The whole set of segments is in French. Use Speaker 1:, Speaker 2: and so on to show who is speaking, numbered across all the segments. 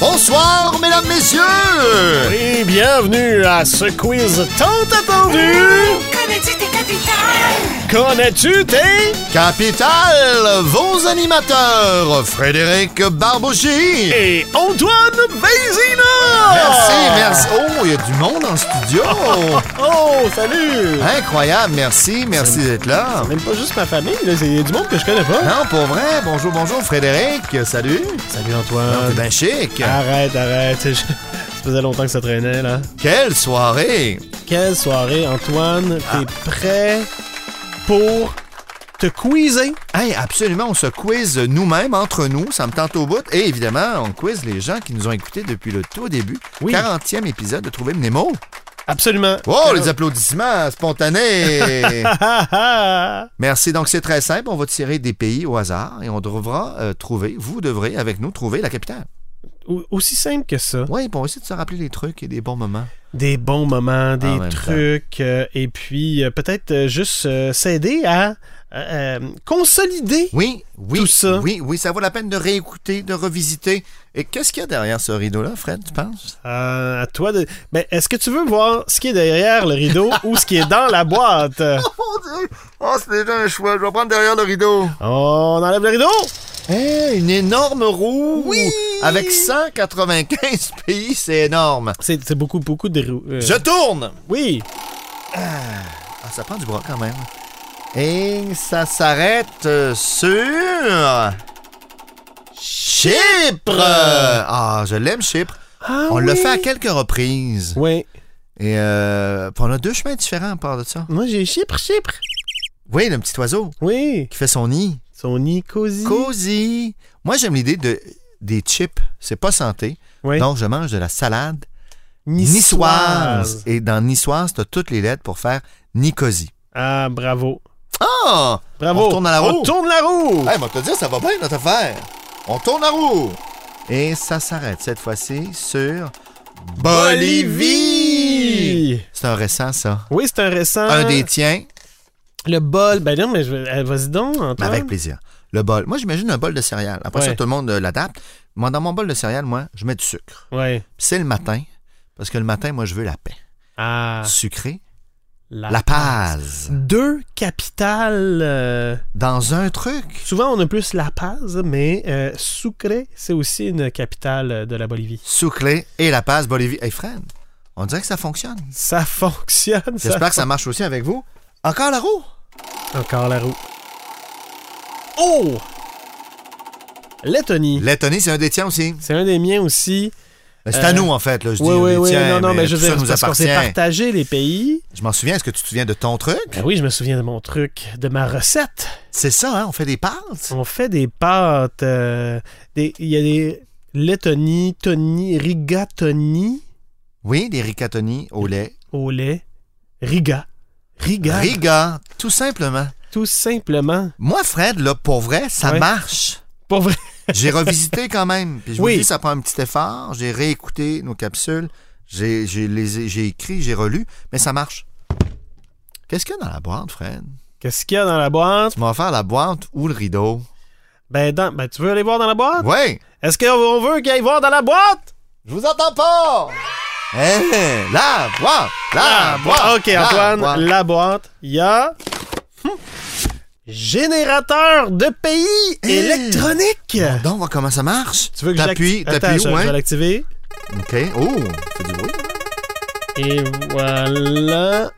Speaker 1: Bonsoir, mesdames, messieurs!
Speaker 2: Et bienvenue à ce quiz tant attendu!
Speaker 3: Connais-tu tes capitales?
Speaker 2: Connais-tu tes...
Speaker 1: Capital, vos animateurs, Frédéric Barbouchi.
Speaker 2: et Antoine Vézina!
Speaker 1: Merci, merci. Oh, il y a du monde en studio.
Speaker 2: Oh, salut!
Speaker 1: Incroyable, merci, merci d'être là.
Speaker 2: Même pas juste ma famille, là, c'est du monde que je connais pas.
Speaker 1: Non, pour vrai, bonjour, bonjour, Frédéric, salut.
Speaker 2: Salut
Speaker 1: T'es
Speaker 2: Antoine.
Speaker 1: bien chic.
Speaker 2: Arrête, arrête. Je- Ça faisait longtemps que ça traînait, là.
Speaker 1: Quelle soirée.
Speaker 2: Quelle soirée, Antoine.
Speaker 1: Ah.
Speaker 2: T'es prêt pour te queezer?
Speaker 1: Hey, absolument, on se quiz nous-mêmes, entre nous, ça me tente au bout. Et évidemment, on quiz les gens qui nous ont écoutés depuis le tout début.
Speaker 2: Oui.
Speaker 1: 40e épisode de Trouver Mnemo.
Speaker 2: Absolument.
Speaker 1: Oh, les applaudissements spontanés!
Speaker 2: Ah, ah.
Speaker 1: Merci. Donc, c'est très simple. On va tirer des pays au hasard et on devra euh, trouver, vous devrez avec nous trouver la capitale.
Speaker 2: Ou- Aussi simple que ça.
Speaker 1: Oui, bon, on va essayer de se rappeler des trucs et des bons moments.
Speaker 2: des bons moments, des
Speaker 1: En même
Speaker 2: trucs, euh, et puis euh, peut-être euh, juste euh, s'aider à euh, euh, consolider.
Speaker 1: Oui, oui.
Speaker 2: Tout ça.
Speaker 1: Oui, oui, ça vaut la peine de réécouter, de revisiter. Et qu'est-ce qu'il y a derrière ce rideau-là, Fred, tu penses?
Speaker 2: Euh, à toi de. Ben, est-ce que tu veux voir ce qui est derrière le rideau ou ce qui est dans la boîte
Speaker 1: Mon Dieu! Oh, c'est déjà un choix. Je vais prendre derrière le rideau.
Speaker 2: On enlève le rideau.
Speaker 1: Hey, Eh, une énorme roue! Oui! Avec 195 pays, c'est énorme.
Speaker 2: C'est c'est beaucoup, beaucoup de rideaux. euh,
Speaker 1: Je tourne!
Speaker 2: Oui.
Speaker 1: Ah, ça prend du bras quand même. Et ça s'arrête euh, sur. Chypre! Ah, je l'aime, Chypre.
Speaker 2: Ah,
Speaker 1: on l'a
Speaker 2: oui.
Speaker 1: fait à quelques reprises.
Speaker 2: Oui.
Speaker 1: Et euh, puis on a deux chemins différents à part de ça.
Speaker 2: Moi, j'ai Chypre, Chypre.
Speaker 1: Oui, le petit oiseau
Speaker 2: Oui.
Speaker 1: qui fait son nid.
Speaker 2: Son Nicosie.
Speaker 1: Cozy! Moi, j'aime l'idée de, des chips. C'est pas santé.
Speaker 2: Oui.
Speaker 1: Donc, je mange de la salade niçoise.
Speaker 2: Niçoise.
Speaker 1: Et dans niçoise, t'as toutes les lettres pour faire Nicosie.
Speaker 2: Ah, bravo.
Speaker 1: Ah!
Speaker 2: Bravo.
Speaker 1: On retourne à la roue.
Speaker 2: On tourne la roue.
Speaker 1: Hey, moi, te dire, ça va bien notre affaire. On tourne la roue. Et ça s'arrête cette fois-ci sur Bolivie. C'est un récent, ça.
Speaker 2: Oui, c'est un récent.
Speaker 1: Un des tiens,
Speaker 2: Le bol. Ben non, mais je... vais- eh, vas-y donc, Antoine.
Speaker 1: mais avec plaisir. Le bol. Moi, j'imagine un bol de céréales. Après ça,
Speaker 2: Ouais.
Speaker 1: tout le monde euh, l'adapte. Moi, dans mon bol de céréales, moi, je mets du sucre.
Speaker 2: Ouais.
Speaker 1: C'est le matin, parce que le matin, moi, je veux la paix.
Speaker 2: Ah.
Speaker 1: Sucré, la paz.
Speaker 2: Deux capitales. euh,
Speaker 1: Dans un truc.
Speaker 2: Souvent, on a plus La Paz, mais euh, Sucre, c'est aussi une capitale euh, de la Bolivie.
Speaker 1: Sucré et la paz, Bolivie. Hey, Fred, on dirait que ça fonctionne.
Speaker 2: Ça fonctionne, ça.
Speaker 1: J'espère que ça marche aussi avec vous. Encore la roue.
Speaker 2: Encore la roue. Oh! Lettonie.
Speaker 1: Lettonie, c'est un des tiens aussi.
Speaker 2: C'est un des miens aussi.
Speaker 1: Ben, C'est à
Speaker 2: Euh,
Speaker 1: nous, en fait, là, je dis.
Speaker 2: oui,
Speaker 1: on
Speaker 2: oui,
Speaker 1: les
Speaker 2: oui.
Speaker 1: tient,
Speaker 2: non, non, mais je
Speaker 1: tout
Speaker 2: veux
Speaker 1: ça
Speaker 2: dire,
Speaker 1: nous
Speaker 2: parce qu'on s'est
Speaker 1: appartient.
Speaker 2: partagé les pays.
Speaker 1: Je m'en souviens, est-ce que tu te souviens de ton truc?
Speaker 2: Ben oui, je me souviens de mon truc, de ma recette.
Speaker 1: C'est ça, hein, on fait des pâtes.
Speaker 2: On fait des pâtes. euh, des- Il y a des Lettonie, Tony, Rigatoni
Speaker 1: Oui, des rigatoni au lait.
Speaker 2: au lait. Riga. Riga.
Speaker 1: Riga, tout simplement.
Speaker 2: tout simplement.
Speaker 1: Moi, Fred, là, pour vrai, ça
Speaker 2: Ouais.
Speaker 1: marche.
Speaker 2: Pour vrai.
Speaker 1: J'ai revisité quand même. Puis je
Speaker 2: Oui.
Speaker 1: me dis, ça prend un petit effort. J'ai réécouté nos capsules. J'ai j'ai les- j'ai écrit, j'ai relu, mais ça marche. Qu'est-ce qu'il y a dans la boîte, Fred?
Speaker 2: Qu'est-ce qu'il y a dans la boîte?
Speaker 1: Tu m'as offert la boîte ou le rideau?
Speaker 2: Ben, dans- ben, tu veux aller voir dans la boîte?
Speaker 1: Oui!
Speaker 2: Est-ce qu'on veut qu'il aille voir dans la boîte?
Speaker 1: Je vous entends pas! Hein, la boîte! Ah, La boîte!
Speaker 2: Ah, Ok,
Speaker 1: la
Speaker 2: Antoine,
Speaker 1: boîte.
Speaker 2: la boîte. Il y a. Hum. Générateur de pays
Speaker 1: Hey.
Speaker 2: électronique!
Speaker 1: Donc, on va comment ça marche?
Speaker 2: Tu veux que
Speaker 1: T'appuies,
Speaker 2: j'appuie? Attends,
Speaker 1: t'appuies
Speaker 2: je-
Speaker 1: où,
Speaker 2: Je vais
Speaker 1: hein?
Speaker 2: l'activer.
Speaker 1: OK. Oh, c'est du bruit.
Speaker 2: Et voilà.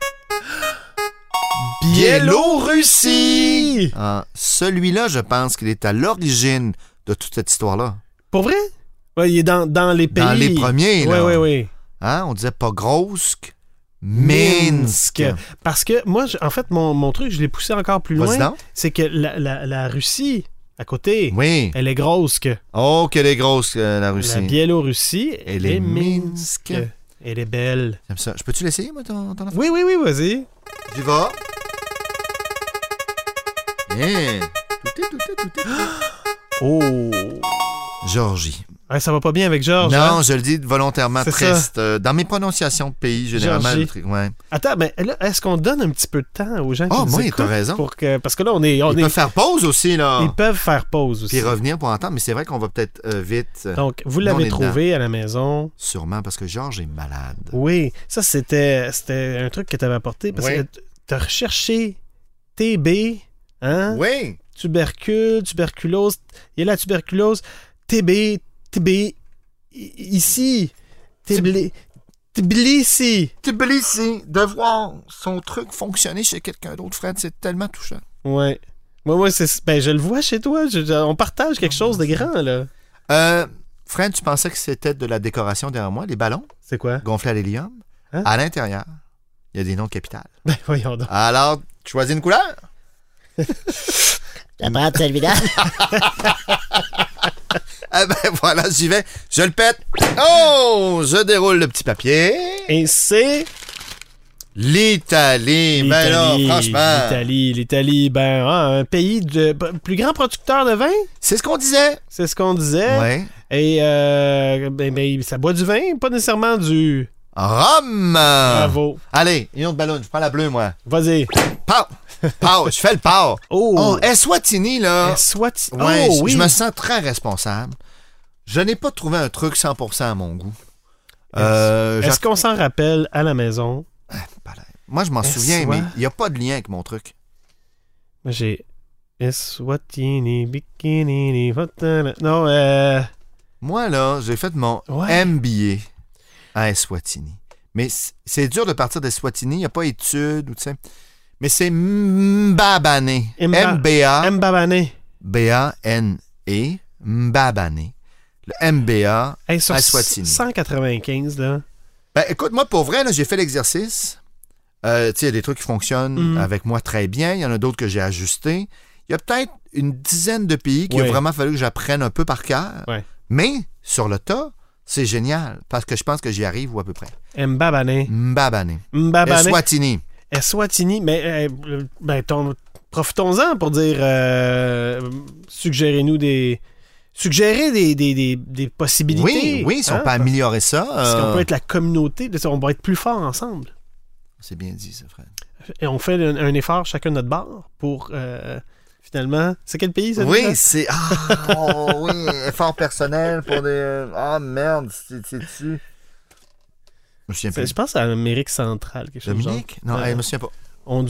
Speaker 1: Biélorussie! oh. Ah, Celui-là, je pense qu'il est à l'origine de toute cette histoire-là.
Speaker 2: Pour vrai? Ouais, il est dans, dans les pays.
Speaker 1: Dans les premiers,
Speaker 2: Oui,
Speaker 1: là.
Speaker 2: oui, oui.
Speaker 1: Hein? On disait pas Grosk, Minsk.
Speaker 2: Parce que moi, je- en fait, mon, mon truc, je l'ai poussé encore plus
Speaker 1: Vas-y
Speaker 2: loin.
Speaker 1: donc.
Speaker 2: C'est que la, la- la Russie, à côté,
Speaker 1: Oui.
Speaker 2: elle est grosse que
Speaker 1: Oh, qu'elle est grosse, euh, la
Speaker 2: la
Speaker 1: Russie.
Speaker 2: Biélorussie.
Speaker 1: Elle
Speaker 2: et
Speaker 1: est Minsk.
Speaker 2: Elle est belle.
Speaker 1: J'aime ça. Je peux-tu l'essayer, moi, ton, ton affaire?
Speaker 2: Oui, oui, oui, vas-y.
Speaker 1: J'y vais. Bien. Tout est, tout est, tout est.
Speaker 2: Oh.
Speaker 1: Georgie.
Speaker 2: Ouais, ça va pas bien avec Georges.
Speaker 1: non,
Speaker 2: hein?
Speaker 1: je le dis volontairement
Speaker 2: C'est
Speaker 1: triste. Euh, dans mes prononciations de pays, généralement,
Speaker 2: Georgie.
Speaker 1: le truc- ouais.
Speaker 2: Attends, mais là, est-ce qu'on donne un petit peu de temps aux gens qui
Speaker 1: Ah,
Speaker 2: nous
Speaker 1: moi,
Speaker 2: écoutent
Speaker 1: t'as raison.
Speaker 2: Pour que... Parce que là, on est. on
Speaker 1: Ils
Speaker 2: est-
Speaker 1: peuvent faire pause aussi, là.
Speaker 2: Ils peuvent faire pause aussi.
Speaker 1: Puis revenir pour entendre, mais c'est vrai qu'on va peut-être euh, vite, euh,
Speaker 2: Donc, vous
Speaker 1: Nous, on
Speaker 2: l'avez
Speaker 1: est
Speaker 2: trouvé à la maison.
Speaker 1: sûrement, parce que Georges est malade.
Speaker 2: Oui, ça, c'était c'était un truc que tu avais apporté parce
Speaker 1: Oui.
Speaker 2: que t- t'as recherché TB, hein?
Speaker 1: Oui!
Speaker 2: Tubercule, tuberculose. Il y a la tuberculose. TB, TB, i- ici. TB, ici.
Speaker 1: Tbilisi, de voir son truc fonctionner chez quelqu'un d'autre, Fred, c'est tellement touchant.
Speaker 2: Ouais. Moi, moi, c'est. Ben, je le vois chez toi. Je- je- on partage quelque chose de grand, là.
Speaker 1: Euh, Fred, tu pensais que c'était de la décoration derrière moi, les ballons
Speaker 2: C'est quoi?
Speaker 1: gonflés à l'hélium.
Speaker 2: Hein?
Speaker 1: À l'intérieur, il y a des noms de capitales.
Speaker 2: Ben, voyons donc.
Speaker 1: Alors, tu choisis une couleur?
Speaker 4: La brave celui-là.
Speaker 1: Ah ben voilà, j'y vais. Je le pète. Oh! Je déroule le petit papier.
Speaker 2: Et c'est.
Speaker 1: L'Italie. Ben là, franchement.
Speaker 2: L'Italie, l'Italie, ben, ah, un pays de p- plus grand producteur de vin,
Speaker 1: C'est ce qu'on disait.
Speaker 2: c'est ce qu'on disait.
Speaker 1: Ouais.
Speaker 2: Et euh, ben, ben, ça boit du vin, pas nécessairement du.
Speaker 1: Rome. Ah.
Speaker 2: Bravo.
Speaker 1: Allez, une autre ballon. Je prends la bleue, moi.
Speaker 2: Vas-y.
Speaker 1: Pow! Pow! Je fais le pow!
Speaker 2: Oh,
Speaker 1: Oh, Eswatini, là.
Speaker 2: soit.
Speaker 1: Ouais,
Speaker 2: oh,
Speaker 1: je-
Speaker 2: oui.
Speaker 1: je me sens très responsable. Je n'ai pas trouvé un truc 100% à mon goût. Euh,
Speaker 2: Est-ce qu'on s'en rappelle à la maison?
Speaker 1: j'en- palais. Moi, je m'en
Speaker 2: Eswat-
Speaker 1: souviens, mais il n'y a pas de lien avec mon truc.
Speaker 2: Moi, J'ai. Eswatini, bikini, fatala- Non, euh.
Speaker 1: Moi, là, j'ai fait mon
Speaker 2: Ouais.
Speaker 1: MBA à Eswatini. Mais c- c'est dur de partir d'Eswatini. Il n'y a pas études ou tu sais. Mais c'est Mbabane.
Speaker 2: Mba-
Speaker 1: M-B-A.
Speaker 2: Mbabané.
Speaker 1: B-A-N-E. Mbabane. E, Le MBA
Speaker 2: Hey, sur
Speaker 1: Eswatini.
Speaker 2: 195, là.
Speaker 1: Ben, écoute, moi, pour vrai, là, j'ai fait l'exercice. Euh, tu sais, il y a des trucs qui fonctionnent
Speaker 2: Mm.
Speaker 1: avec moi très bien. Il y en a d'autres que j'ai ajustés. Il y a peut-être une dizaine de pays qu'il a
Speaker 2: Ouais.
Speaker 1: vraiment fallu que j'apprenne un peu par cœur.
Speaker 2: Ouais.
Speaker 1: Mais, sur le tas, c'est génial parce que je pense que j'y arrive ou à peu près. Mm.
Speaker 2: Mbabané.
Speaker 1: Mbabane.
Speaker 2: Mbabané.
Speaker 1: Eswatini.
Speaker 2: Eswatini, mais euh, ben, ton- profitons-en pour dire euh, suggérez-nous des. Suggérez des, des, des, des
Speaker 1: Oui,
Speaker 2: possibilités.
Speaker 1: oui, si on
Speaker 2: hein,
Speaker 1: peut améliorer ça.
Speaker 2: Parce
Speaker 1: euh,
Speaker 2: qu'on peut être la communauté, de- on va être plus fort ensemble.
Speaker 1: C'est bien dit, ça, Fred.
Speaker 2: Et on fait un, un effort chacun de notre bord pour euh, finalement. C'est quel pays ça
Speaker 1: Oui,
Speaker 2: déjà?
Speaker 1: c'est. Ah, oh, oui, effort personnel pour des. Ah, merde, c'est c'est tu. Je me souviens
Speaker 2: C'est-
Speaker 1: plus.
Speaker 2: Je pense à l'Amérique centrale, quelque chose du genre.
Speaker 1: Dominique? Non,
Speaker 2: Euh,
Speaker 1: hey, je me souviens pas.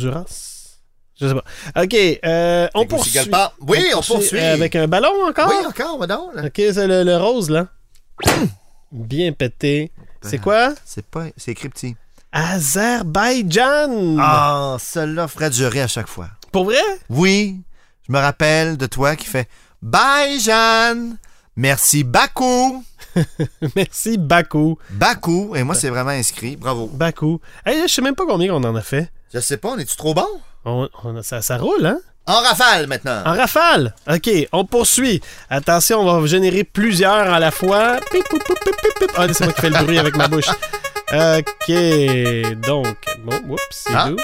Speaker 2: Honduras. Je sais pas. OK, euh, on poursuit.
Speaker 1: Oui, on, poursuit.
Speaker 2: euh, Avec un ballon encore?
Speaker 1: Oui, encore, madame.
Speaker 2: Ok, c'est le, le rose, là. Bien pété. C'est quoi?
Speaker 1: C'est pas... C'est écrit petit.
Speaker 2: Azerbaïdjan!
Speaker 1: Ah, celle-là, Fred, je ris à chaque fois.
Speaker 2: Pour vrai?
Speaker 1: Oui, je me rappelle de toi qui fait « Bye, Jeanne! Merci, Bakou!
Speaker 2: Merci, Bakou. »
Speaker 1: Bakou, et moi, c'est vraiment inscrit. Bravo.
Speaker 2: Bakou. Hey, je sais même pas combien on en a fait.
Speaker 1: Je sais pas, on est-tu trop bon?
Speaker 2: On, on a- ça, ça roule, hein?
Speaker 1: En rafale, maintenant.
Speaker 2: En rafale! OK, on poursuit. Attention, on va générer plusieurs à la fois. Pip, poup, poup, pip, pip, pip. Ah, c'est moi qui fais le bruit avec ma bouche. OK, donc... Bon, oups, c'est
Speaker 1: Ah.
Speaker 2: doux.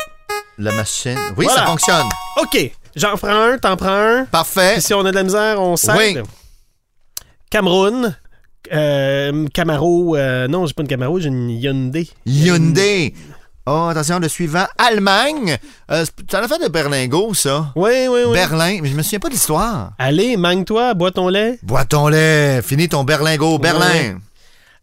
Speaker 1: La machine. Oui,
Speaker 2: Voilà.
Speaker 1: ça fonctionne.
Speaker 2: OK, j'en prends un, t'en prends un.
Speaker 1: Parfait.
Speaker 2: Puis si on a de la misère, on s'aide.
Speaker 1: Oui.
Speaker 2: Cameroun. euh, Camaro. euh, non, j'ai pas une Camaro, j'ai une Hyundai.
Speaker 1: Hyundai. Oh, attention, le suivant. Allemagne. Euh, c'est- t'en as fait de Berlingo, ça.
Speaker 2: Oui, oui, oui.
Speaker 1: Berlin. Mais je me souviens pas de l'histoire.
Speaker 2: Allez, mangue-toi, bois ton lait.
Speaker 1: Bois ton lait, finis ton berlingot, Berlin.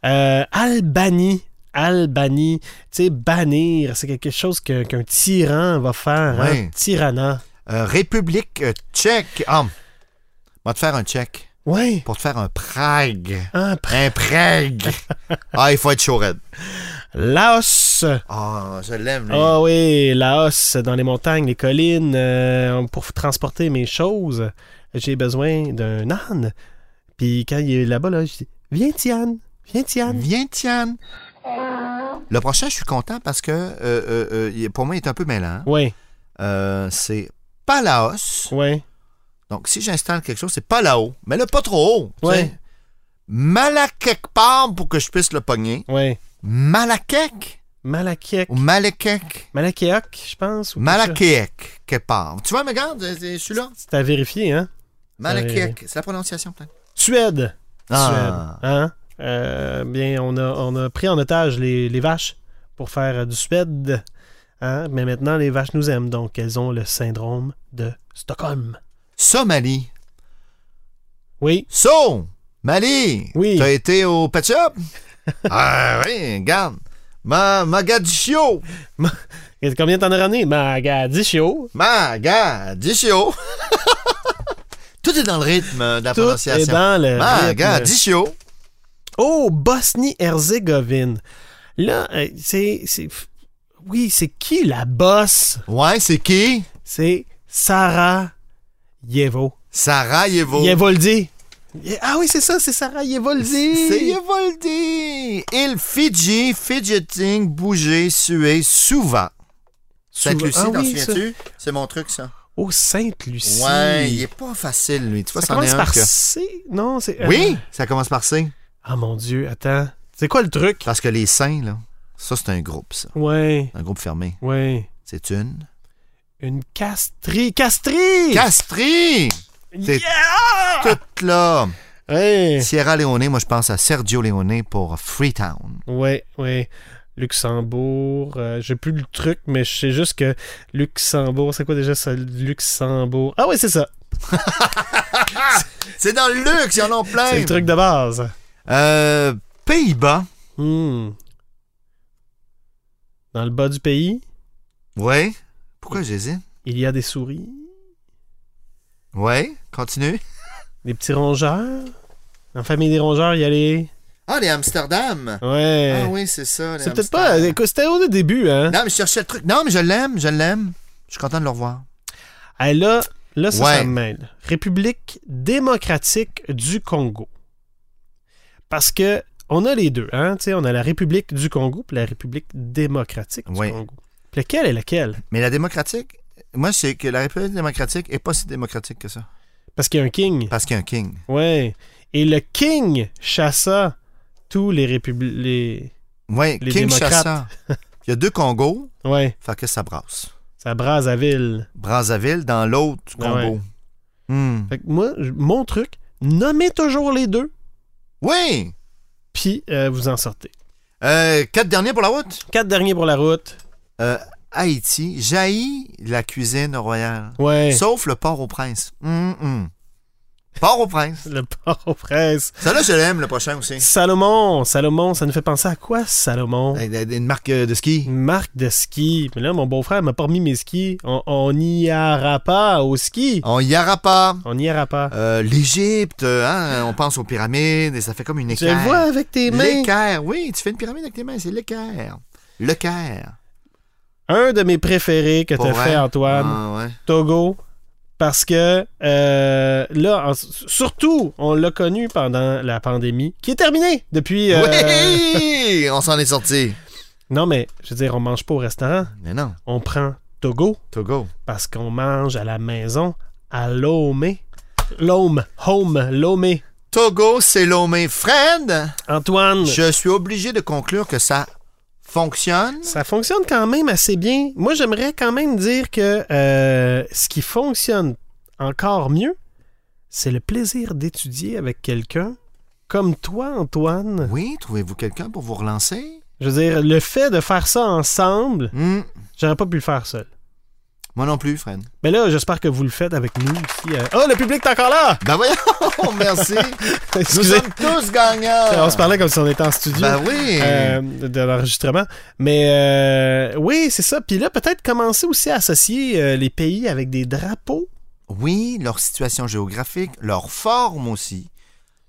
Speaker 2: Euh, Albanie. Albanie. Tu sais, bannir, c'est quelque chose que- qu'un tyran va faire. hein.
Speaker 1: Oui.
Speaker 2: Tyrannat.
Speaker 1: Euh, République euh, tchèque. Ah, va te faire un tchèque
Speaker 2: Oui.
Speaker 1: pour te faire un Prague.
Speaker 2: Hein, pr-
Speaker 1: Un Prague. ah, il faut être chaud raide.
Speaker 2: Laos.
Speaker 1: Ah, je l'aime, lui.
Speaker 2: Ah oui, Laos, dans les montagnes, les collines, euh, pour transporter mes choses, j'ai besoin d'un âne. Puis quand il est là-bas, là, je dis Viens, Tiane, viens, Tiane.
Speaker 1: Viens, Tiane. Le prochain, je suis content parce que euh, euh, euh, il- pour moi, il est un peu mêlant.
Speaker 2: Ouais,
Speaker 1: Euh, c'est Palaos.
Speaker 2: ouais.
Speaker 1: Donc, si j'installe quelque chose, c'est pas là-haut. Mais là, pas trop haut. tu
Speaker 2: Ouais.
Speaker 1: sais. Mal à quelque part pour que je puisse le pogner.
Speaker 2: Ouais.
Speaker 1: Mal à quelque
Speaker 2: Malakiek.
Speaker 1: ou mal à quelque?
Speaker 2: Malakiak, je pense. ou quelque chose.
Speaker 1: Malakiek, quelque part. Tu vois, euh, mais regarde, je je suis là.
Speaker 2: C'est à vérifier, hein.
Speaker 1: Malakiek, c'est la prononciation, peut-être.
Speaker 2: Suède.
Speaker 1: Ah.
Speaker 2: Suède. Hein? Euh, bien, on a, on a pris en otage les, les vaches pour faire euh, du Suède. Hein? Mais maintenant, les vaches nous aiment, donc elles ont le syndrome de Stockholm.
Speaker 1: Somalie.
Speaker 2: Oui,
Speaker 1: So, Mali,
Speaker 2: Oui.
Speaker 1: t'as été au pet shop? ah oui, regarde. Ma, Magadiccio.
Speaker 2: Et combien t'en as ramené? Magadiscio.
Speaker 1: Magadiccio. Tout est dans le rythme euh, de la
Speaker 2: Tout est
Speaker 1: prononciation.
Speaker 2: dans le rythme.
Speaker 1: Magadiccio.
Speaker 2: Oh, Bosnie-Herzégovine. Là, euh, c'est... c'est- Oui, c'est qui la bosse?
Speaker 1: Ouais, c'est qui?
Speaker 2: C'est Sarah Yevo.
Speaker 1: Sarajevo.
Speaker 2: Yevoldi. Ye- Ah oui, c'est ça, c'est Sarah Yevoldi.
Speaker 1: C'est Yevoldi. Il Fidji, fidgeting, bouger, suer, souvent. Sainte-Lucie,
Speaker 2: Ah
Speaker 1: t'en
Speaker 2: oui, ça.
Speaker 1: souviens-tu? C'est mon truc, ça.
Speaker 2: Oh, Sainte-Lucie.
Speaker 1: Ouais, il est pas facile, lui. Tu vois,
Speaker 2: Ça
Speaker 1: c'en est
Speaker 2: commence
Speaker 1: un
Speaker 2: par
Speaker 1: que-
Speaker 2: C. Non, c'est... euh,
Speaker 1: Oui, ça commence par C.
Speaker 2: Ah mon Dieu, attends. C'est quoi le truc?
Speaker 1: Parce que les saints, là, ça, c'est un groupe, ça.
Speaker 2: Ouais,
Speaker 1: Un groupe fermé.
Speaker 2: ouais.
Speaker 1: C'est une.
Speaker 2: Une castrie. Castrie!
Speaker 1: Castries! c'est-
Speaker 2: Yeah!
Speaker 1: Toute là.
Speaker 2: Hey.
Speaker 1: Sierra Leone, moi, je pense à Sergio Leone pour Freetown.
Speaker 2: Ouais, ouais. Luxembourg, euh, j'ai plus le truc, mais je sais juste que Luxembourg, c'est quoi déjà ça, Luxembourg? Ah ouais, c'est ça,
Speaker 1: C'est dans le luxe, ils en ont plein.
Speaker 2: c'est le truc de base.
Speaker 1: Euh, Pays-Bas.
Speaker 2: Hmm. Dans le bas du pays,
Speaker 1: Ouais. Pourquoi j'hésite?
Speaker 2: il y a des souris,
Speaker 1: Ouais. Continue.
Speaker 2: des petits rongeurs. En famille des rongeurs, il y a les...
Speaker 1: Ah, les Amsterdam.
Speaker 2: Ouais.
Speaker 1: Ah oui, c'est ça. les
Speaker 2: Euh, c'est peut-être pas...
Speaker 1: Amsterdam.
Speaker 2: écoute, C'était au début, hein?
Speaker 1: Non, mais je cherchais le truc. Non, mais je l'aime, je l'aime. Je suis content de le revoir.
Speaker 2: Ah, là, là, ça,
Speaker 1: Ouais.
Speaker 2: ça me mêle. République démocratique du Congo. Parce que on a les deux, hein? tu sais, on a la République du Congo puis la République démocratique du
Speaker 1: Ouais.
Speaker 2: Congo. Puis Lequel est lequel?
Speaker 1: Mais la démocratique, moi, c'est que la République démocratique est pas si démocratique que ça.
Speaker 2: Parce qu'il y a un king.
Speaker 1: Parce qu'il y a un king.
Speaker 2: Ouais. Et le king chassa tous les républiques.
Speaker 1: Oui,
Speaker 2: Les
Speaker 1: King
Speaker 2: démocrates.
Speaker 1: Chassa. Il y a deux Congos,
Speaker 2: Ouais,
Speaker 1: fait que ça brasse.
Speaker 2: ça brase à ville.
Speaker 1: Brazzaville dans l'autre
Speaker 2: Ah ouais.
Speaker 1: Congo. Hmm.
Speaker 2: Fait que moi, j- mon truc, nommez toujours les deux,
Speaker 1: Oui!
Speaker 2: puis euh, vous en sortez.
Speaker 1: Euh, quatre derniers pour la route.
Speaker 2: Quatre derniers pour la route.
Speaker 1: Euh, Haïti, jaillit la cuisine royale.
Speaker 2: Ouais.
Speaker 1: Sauf le Port-au-Prince. Hum, hum. Port-au-Prince.
Speaker 2: Le Port-au-Prince.
Speaker 1: Ça, là, je l'aime, le prochain aussi.
Speaker 2: Salomon, Salomon, ça nous fait penser à quoi, Salomon?
Speaker 1: Euh, euh, Une marque euh, de ski.
Speaker 2: Une marque de ski. Mais là, mon beau-frère m'a pas remis mes skis. On, on ira pas au ski.
Speaker 1: On y aura pas.
Speaker 2: On ira pas.
Speaker 1: Euh, L'Égypte, euh, hein, on pense aux pyramides et ça fait comme une
Speaker 2: Je
Speaker 1: équerre.
Speaker 2: le vois avec tes mains.
Speaker 1: L'équerre, oui, tu fais une pyramide avec tes mains, c'est l'équerre. L'équerre.
Speaker 2: Un de mes préférés que
Speaker 1: Pour
Speaker 2: t'as
Speaker 1: vrai?
Speaker 2: fait, Antoine.
Speaker 1: Ah, ouais.
Speaker 2: Togo. Parce que euh, là, en- surtout, on l'a connu pendant la pandémie, qui est terminée depuis. euh,
Speaker 1: Oui! On s'en est sorti.
Speaker 2: Non, mais je veux dire, on mange pas au restaurant,
Speaker 1: Mais non,
Speaker 2: on prend Togo
Speaker 1: Togo.
Speaker 2: parce qu'on mange à la maison, à Lomé. Lome, home, Lomé.
Speaker 1: Togo, c'est Lomé. Fred,
Speaker 2: Antoine,
Speaker 1: je suis obligé de conclure que ça fonctionne.
Speaker 2: ça fonctionne quand même assez bien. Moi, j'aimerais quand même dire que euh, ce qui fonctionne encore mieux, c'est le plaisir d'étudier avec quelqu'un comme toi, Antoine.
Speaker 1: Oui, trouvez-vous quelqu'un pour vous relancer?
Speaker 2: Je veux dire, le fait de faire ça ensemble,
Speaker 1: Hmm,
Speaker 2: j'aurais pas pu le faire seul.
Speaker 1: Moi non plus, Fred.
Speaker 2: Mais là, j'espère que vous le faites avec nous aussi. euh. Oh, le public est encore là!
Speaker 1: Ben voyons, merci. Nous
Speaker 2: Excusez.
Speaker 1: sommes tous gagnants.
Speaker 2: On se parlait comme si on était en studio.
Speaker 1: Ben oui.
Speaker 2: euh, de l'enregistrement. Mais euh, oui, c'est ça. Puis là, peut-être commencer aussi à associer euh, les pays avec des drapeaux.
Speaker 1: Oui, leur situation géographique, leur forme aussi.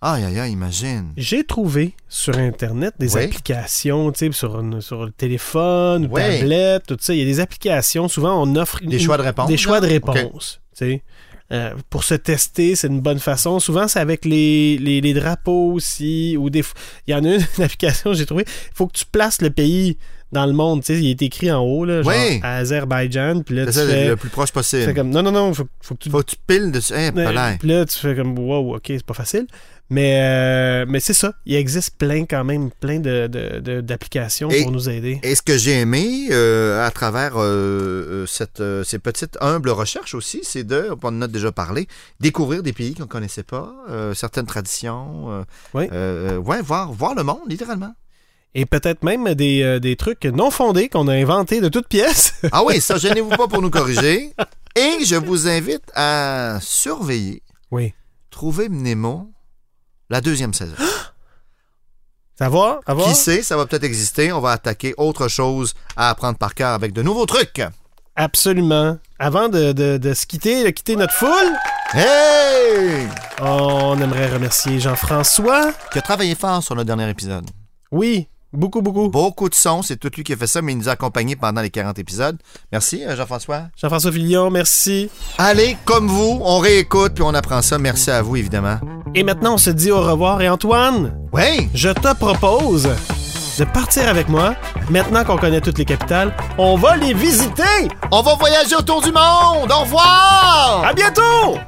Speaker 1: Aïe, aïe, aïe, imagine.
Speaker 2: J'ai trouvé sur Internet des
Speaker 1: Oui.
Speaker 2: applications, tu sais, sur, une- sur le téléphone, ou
Speaker 1: Oui.
Speaker 2: tablette, tout ça. Il y a des applications. Souvent, on offre
Speaker 1: Des choix de réponse.
Speaker 2: Des choix de
Speaker 1: là? OK.
Speaker 2: réponse. tu sais. Euh, pour se tester, c'est une bonne façon. Souvent, c'est avec les, les, les drapeaux aussi. Ou des... f- Il y en a une, une application que j'ai trouvée. Il faut que tu places le pays dans le monde. tu sais, il est écrit en haut, là, genre
Speaker 1: Oui.
Speaker 2: Azerbaïdjan. Puis là, tu
Speaker 1: C'est ça, le-
Speaker 2: fais,
Speaker 1: le plus proche
Speaker 2: tu
Speaker 1: possible.
Speaker 2: fais comme, non, non, non, il faut, faut que tu...
Speaker 1: Faut que tu piles dessus. Eh, pas
Speaker 2: Euh,
Speaker 1: l'air.
Speaker 2: puis là, tu fais comme, wow, ok, c'est pas facile. Mais, euh, mais c'est ça. Il existe plein, quand même, plein de- de- de- d'applications
Speaker 1: Et-
Speaker 2: pour nous aider.
Speaker 1: Et ce que j'ai aimé euh, à travers euh, euh, cette, euh, ces petites humbles recherches aussi, c'est de, on en a déjà parlé, découvrir des pays qu'on ne connaissait pas, euh, certaines traditions. euh,
Speaker 2: Oui.
Speaker 1: euh, ouais, voir, voir le monde, littéralement.
Speaker 2: Et peut-être même des, euh, des trucs non fondés qu'on a inventés de toutes pièces.
Speaker 1: Ah oui, ça, gênez-vous pas pour nous corriger. Et je vous invite à surveiller,
Speaker 2: oui.
Speaker 1: trouver Mnemo, la deuxième saison.
Speaker 2: Savoir, avoir.
Speaker 1: Qui sait, ça va peut-être exister. On va attaquer autre chose à apprendre par cœur avec de nouveaux trucs.
Speaker 2: Absolument. Avant de, de, de se quitter, de quitter notre foule,
Speaker 1: Hey!
Speaker 2: on aimerait remercier Jean-François.
Speaker 1: Qui a travaillé fort sur le dernier épisode.
Speaker 2: Oui, beaucoup, beaucoup.
Speaker 1: Beaucoup de sons, c'est tout lui qui a fait ça, mais il nous a accompagnés pendant les 40 épisodes. Merci, euh, Jean-François.
Speaker 2: Jean-François Fillon, merci.
Speaker 1: Allez, comme vous, on réécoute puis on apprend ça. Merci à vous, évidemment.
Speaker 2: Et maintenant, on se dit au revoir. Et Antoine,
Speaker 1: Oui!
Speaker 2: je te propose de partir avec moi. Maintenant qu'on connaît toutes les capitales, on va les visiter.
Speaker 1: On va voyager autour du monde! Au revoir!
Speaker 2: À bientôt!